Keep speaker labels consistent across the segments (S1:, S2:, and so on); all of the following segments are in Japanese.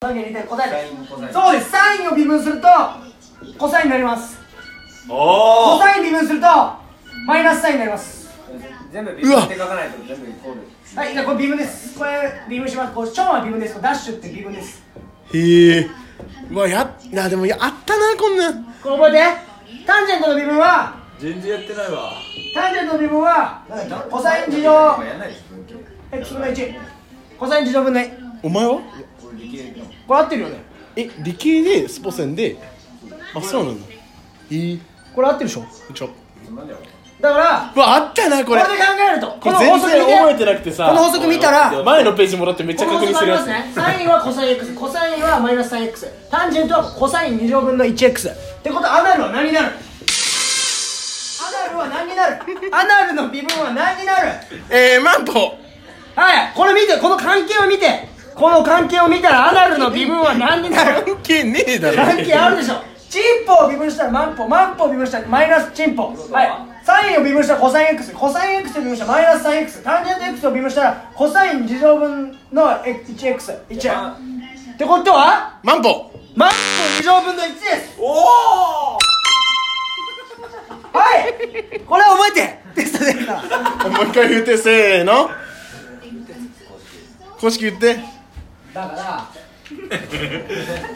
S1: の原理点答え
S2: ラ
S1: で
S2: インもござい
S1: す
S2: ます
S1: そうですサインを微分するとコサインになります
S3: お
S1: コ
S3: お
S1: サイン微分するとマイナスサインになります
S2: 全部ビッて書かないと全部イコール
S1: はいじゃあこれ微分ですこれ微分しますこうショーンは微分ですこれダッシュって微分です
S3: へえまあやなでもやあったなこんなん
S1: これ覚えてタンジェントの微分は
S3: 全然やってないわ
S1: タンジェントの微分はコサイン
S2: 事
S1: 二
S2: 情
S1: 乗
S2: やんないでしょ文系
S1: x 分の1コサイン二乗分の1
S3: お前は
S2: これできるの
S1: これ合ってるよね
S3: え理系でスポセンであそうなんだへえ
S1: これ合ってるでしょ
S3: ちょ
S2: そんなんじゃわか
S1: だから
S3: うわあったなこ
S1: こ
S3: れ
S1: れで考えると
S3: こ
S1: こ
S3: れ
S1: の
S3: 全
S1: 法則見
S3: 然
S1: て
S3: 覚えてなくてさ
S1: この法則見たら
S3: 前のページもらってめっち
S1: こ
S3: ゃ
S1: の法
S3: 確
S1: 則あり
S3: 認するや
S1: ま
S3: つ
S1: すねサインはコサイン x コサインはマイナスサイン x タンジェントはコサイン2乗分の 1x ってことはアナルは何になるアナルは何になるアナルの微分は何になる
S3: えーマンポ
S1: はいこれ見てこの関係を見てこの関係を見たらアナルの微分は何になる
S3: 関係ねえだろ
S1: 関係あるでしょチンポを微分したらマンポマンポを微分したらマイナスチンポはいサインを微分したらコサイン x コサイン x を微分したらマイナスサイン x タンジェント x を微分したらコサイン二乗分の 1x1 って
S2: ら
S1: ことは
S3: マンポ
S1: マンポ二乗分の1です
S3: おお
S1: はいこれは覚えてテストでやるから
S3: もう一回言ってせーの公式言って
S1: だから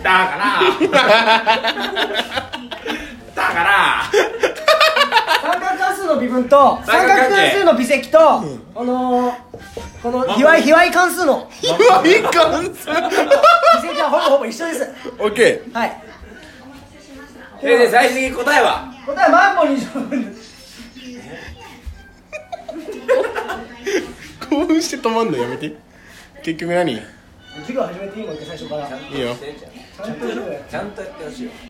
S3: だ からだから
S1: 三角関数の微分と三
S3: 三
S1: 角
S3: 角関係
S1: 関数の微積とこのこの
S3: ンポ
S1: 卑猥卑猥関数の
S3: 今いい感
S1: 微
S3: 想
S1: 積はほぼほぼ一緒です
S3: オッケー
S1: はい
S3: えで最終的に答えは
S1: 答えはマンボ2乗分です
S3: 興奮して止まんのやめて結局何い
S1: 授業始めていいもんね最初から
S2: ちゃんと
S3: いよ
S2: してんじゃん
S1: ちゃんとやるよ
S2: ちゃんとやってほしいよ